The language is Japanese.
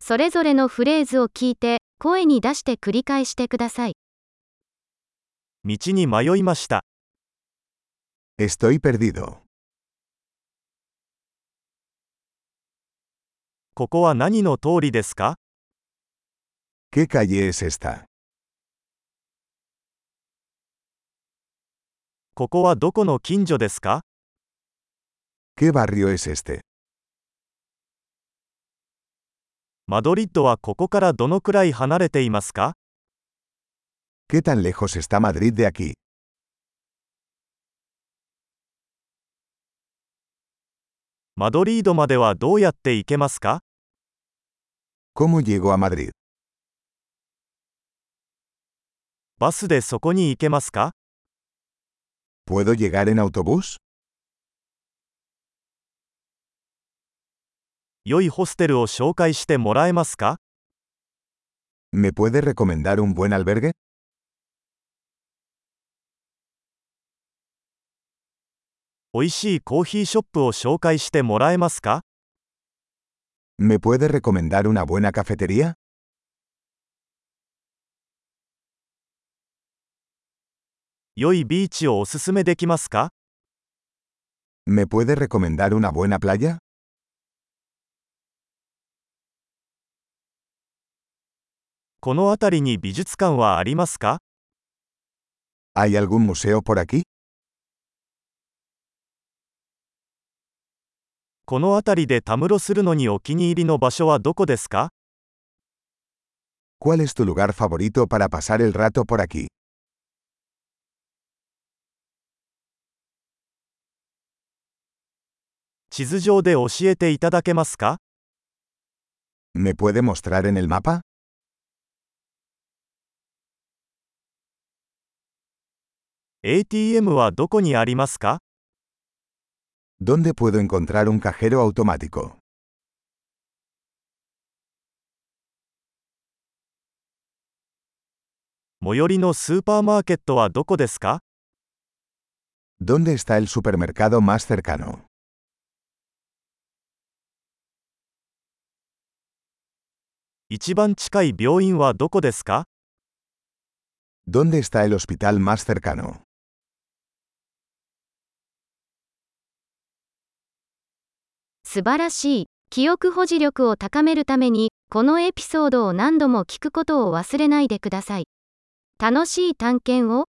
それぞれのフレーズを聞いて、声に出して繰り返してください。道に迷いました。 Estoy perdido. ここは何の通りですか ¿Qué calle es esta? ここはどこの近所ですか ¿Qué barrio es este? マドリッドはここからどのくらい離れていますか ¿Qué tan lejos está Madrid de aquí? マドリードまではどうやって行けますか ¿Cómo llego a Madrid? バスでそこに行けますか ¿Puedo llegar en autobús? 良いホステルを紹介してもらえますか ¿Me puede recomendar un buen albergue? 美味しいコーヒーショップを紹介してもらえますか ¿Me puede recomendar una buena cafetería? 良いビーチをおすすめできますか ¿Me puede recomendar una buena playa? この辺りに美術館はありますか ¿Hay algún museo por aquí? この辺りでたむろするのにお気に入りの場所はどこですか ¿Cuál es tu lugar favorito para pasar el rato por aquí? 地図上で教えていただけますか ¿Me puede mostrar en el mapa? ？ATM はどこにありますか ¿Dónde puedo encontrar un cajero automático? 最寄りのスーパーマーケットはどこですか ¿Dónde está el supermercado más cercano? 一番近い病院はどこですか ¿Dónde está el hospital más cercano? 素晴らしい。記憶保持力を高めるために、このエピソードを何度も聞くことを忘れないでください。楽しい探検を。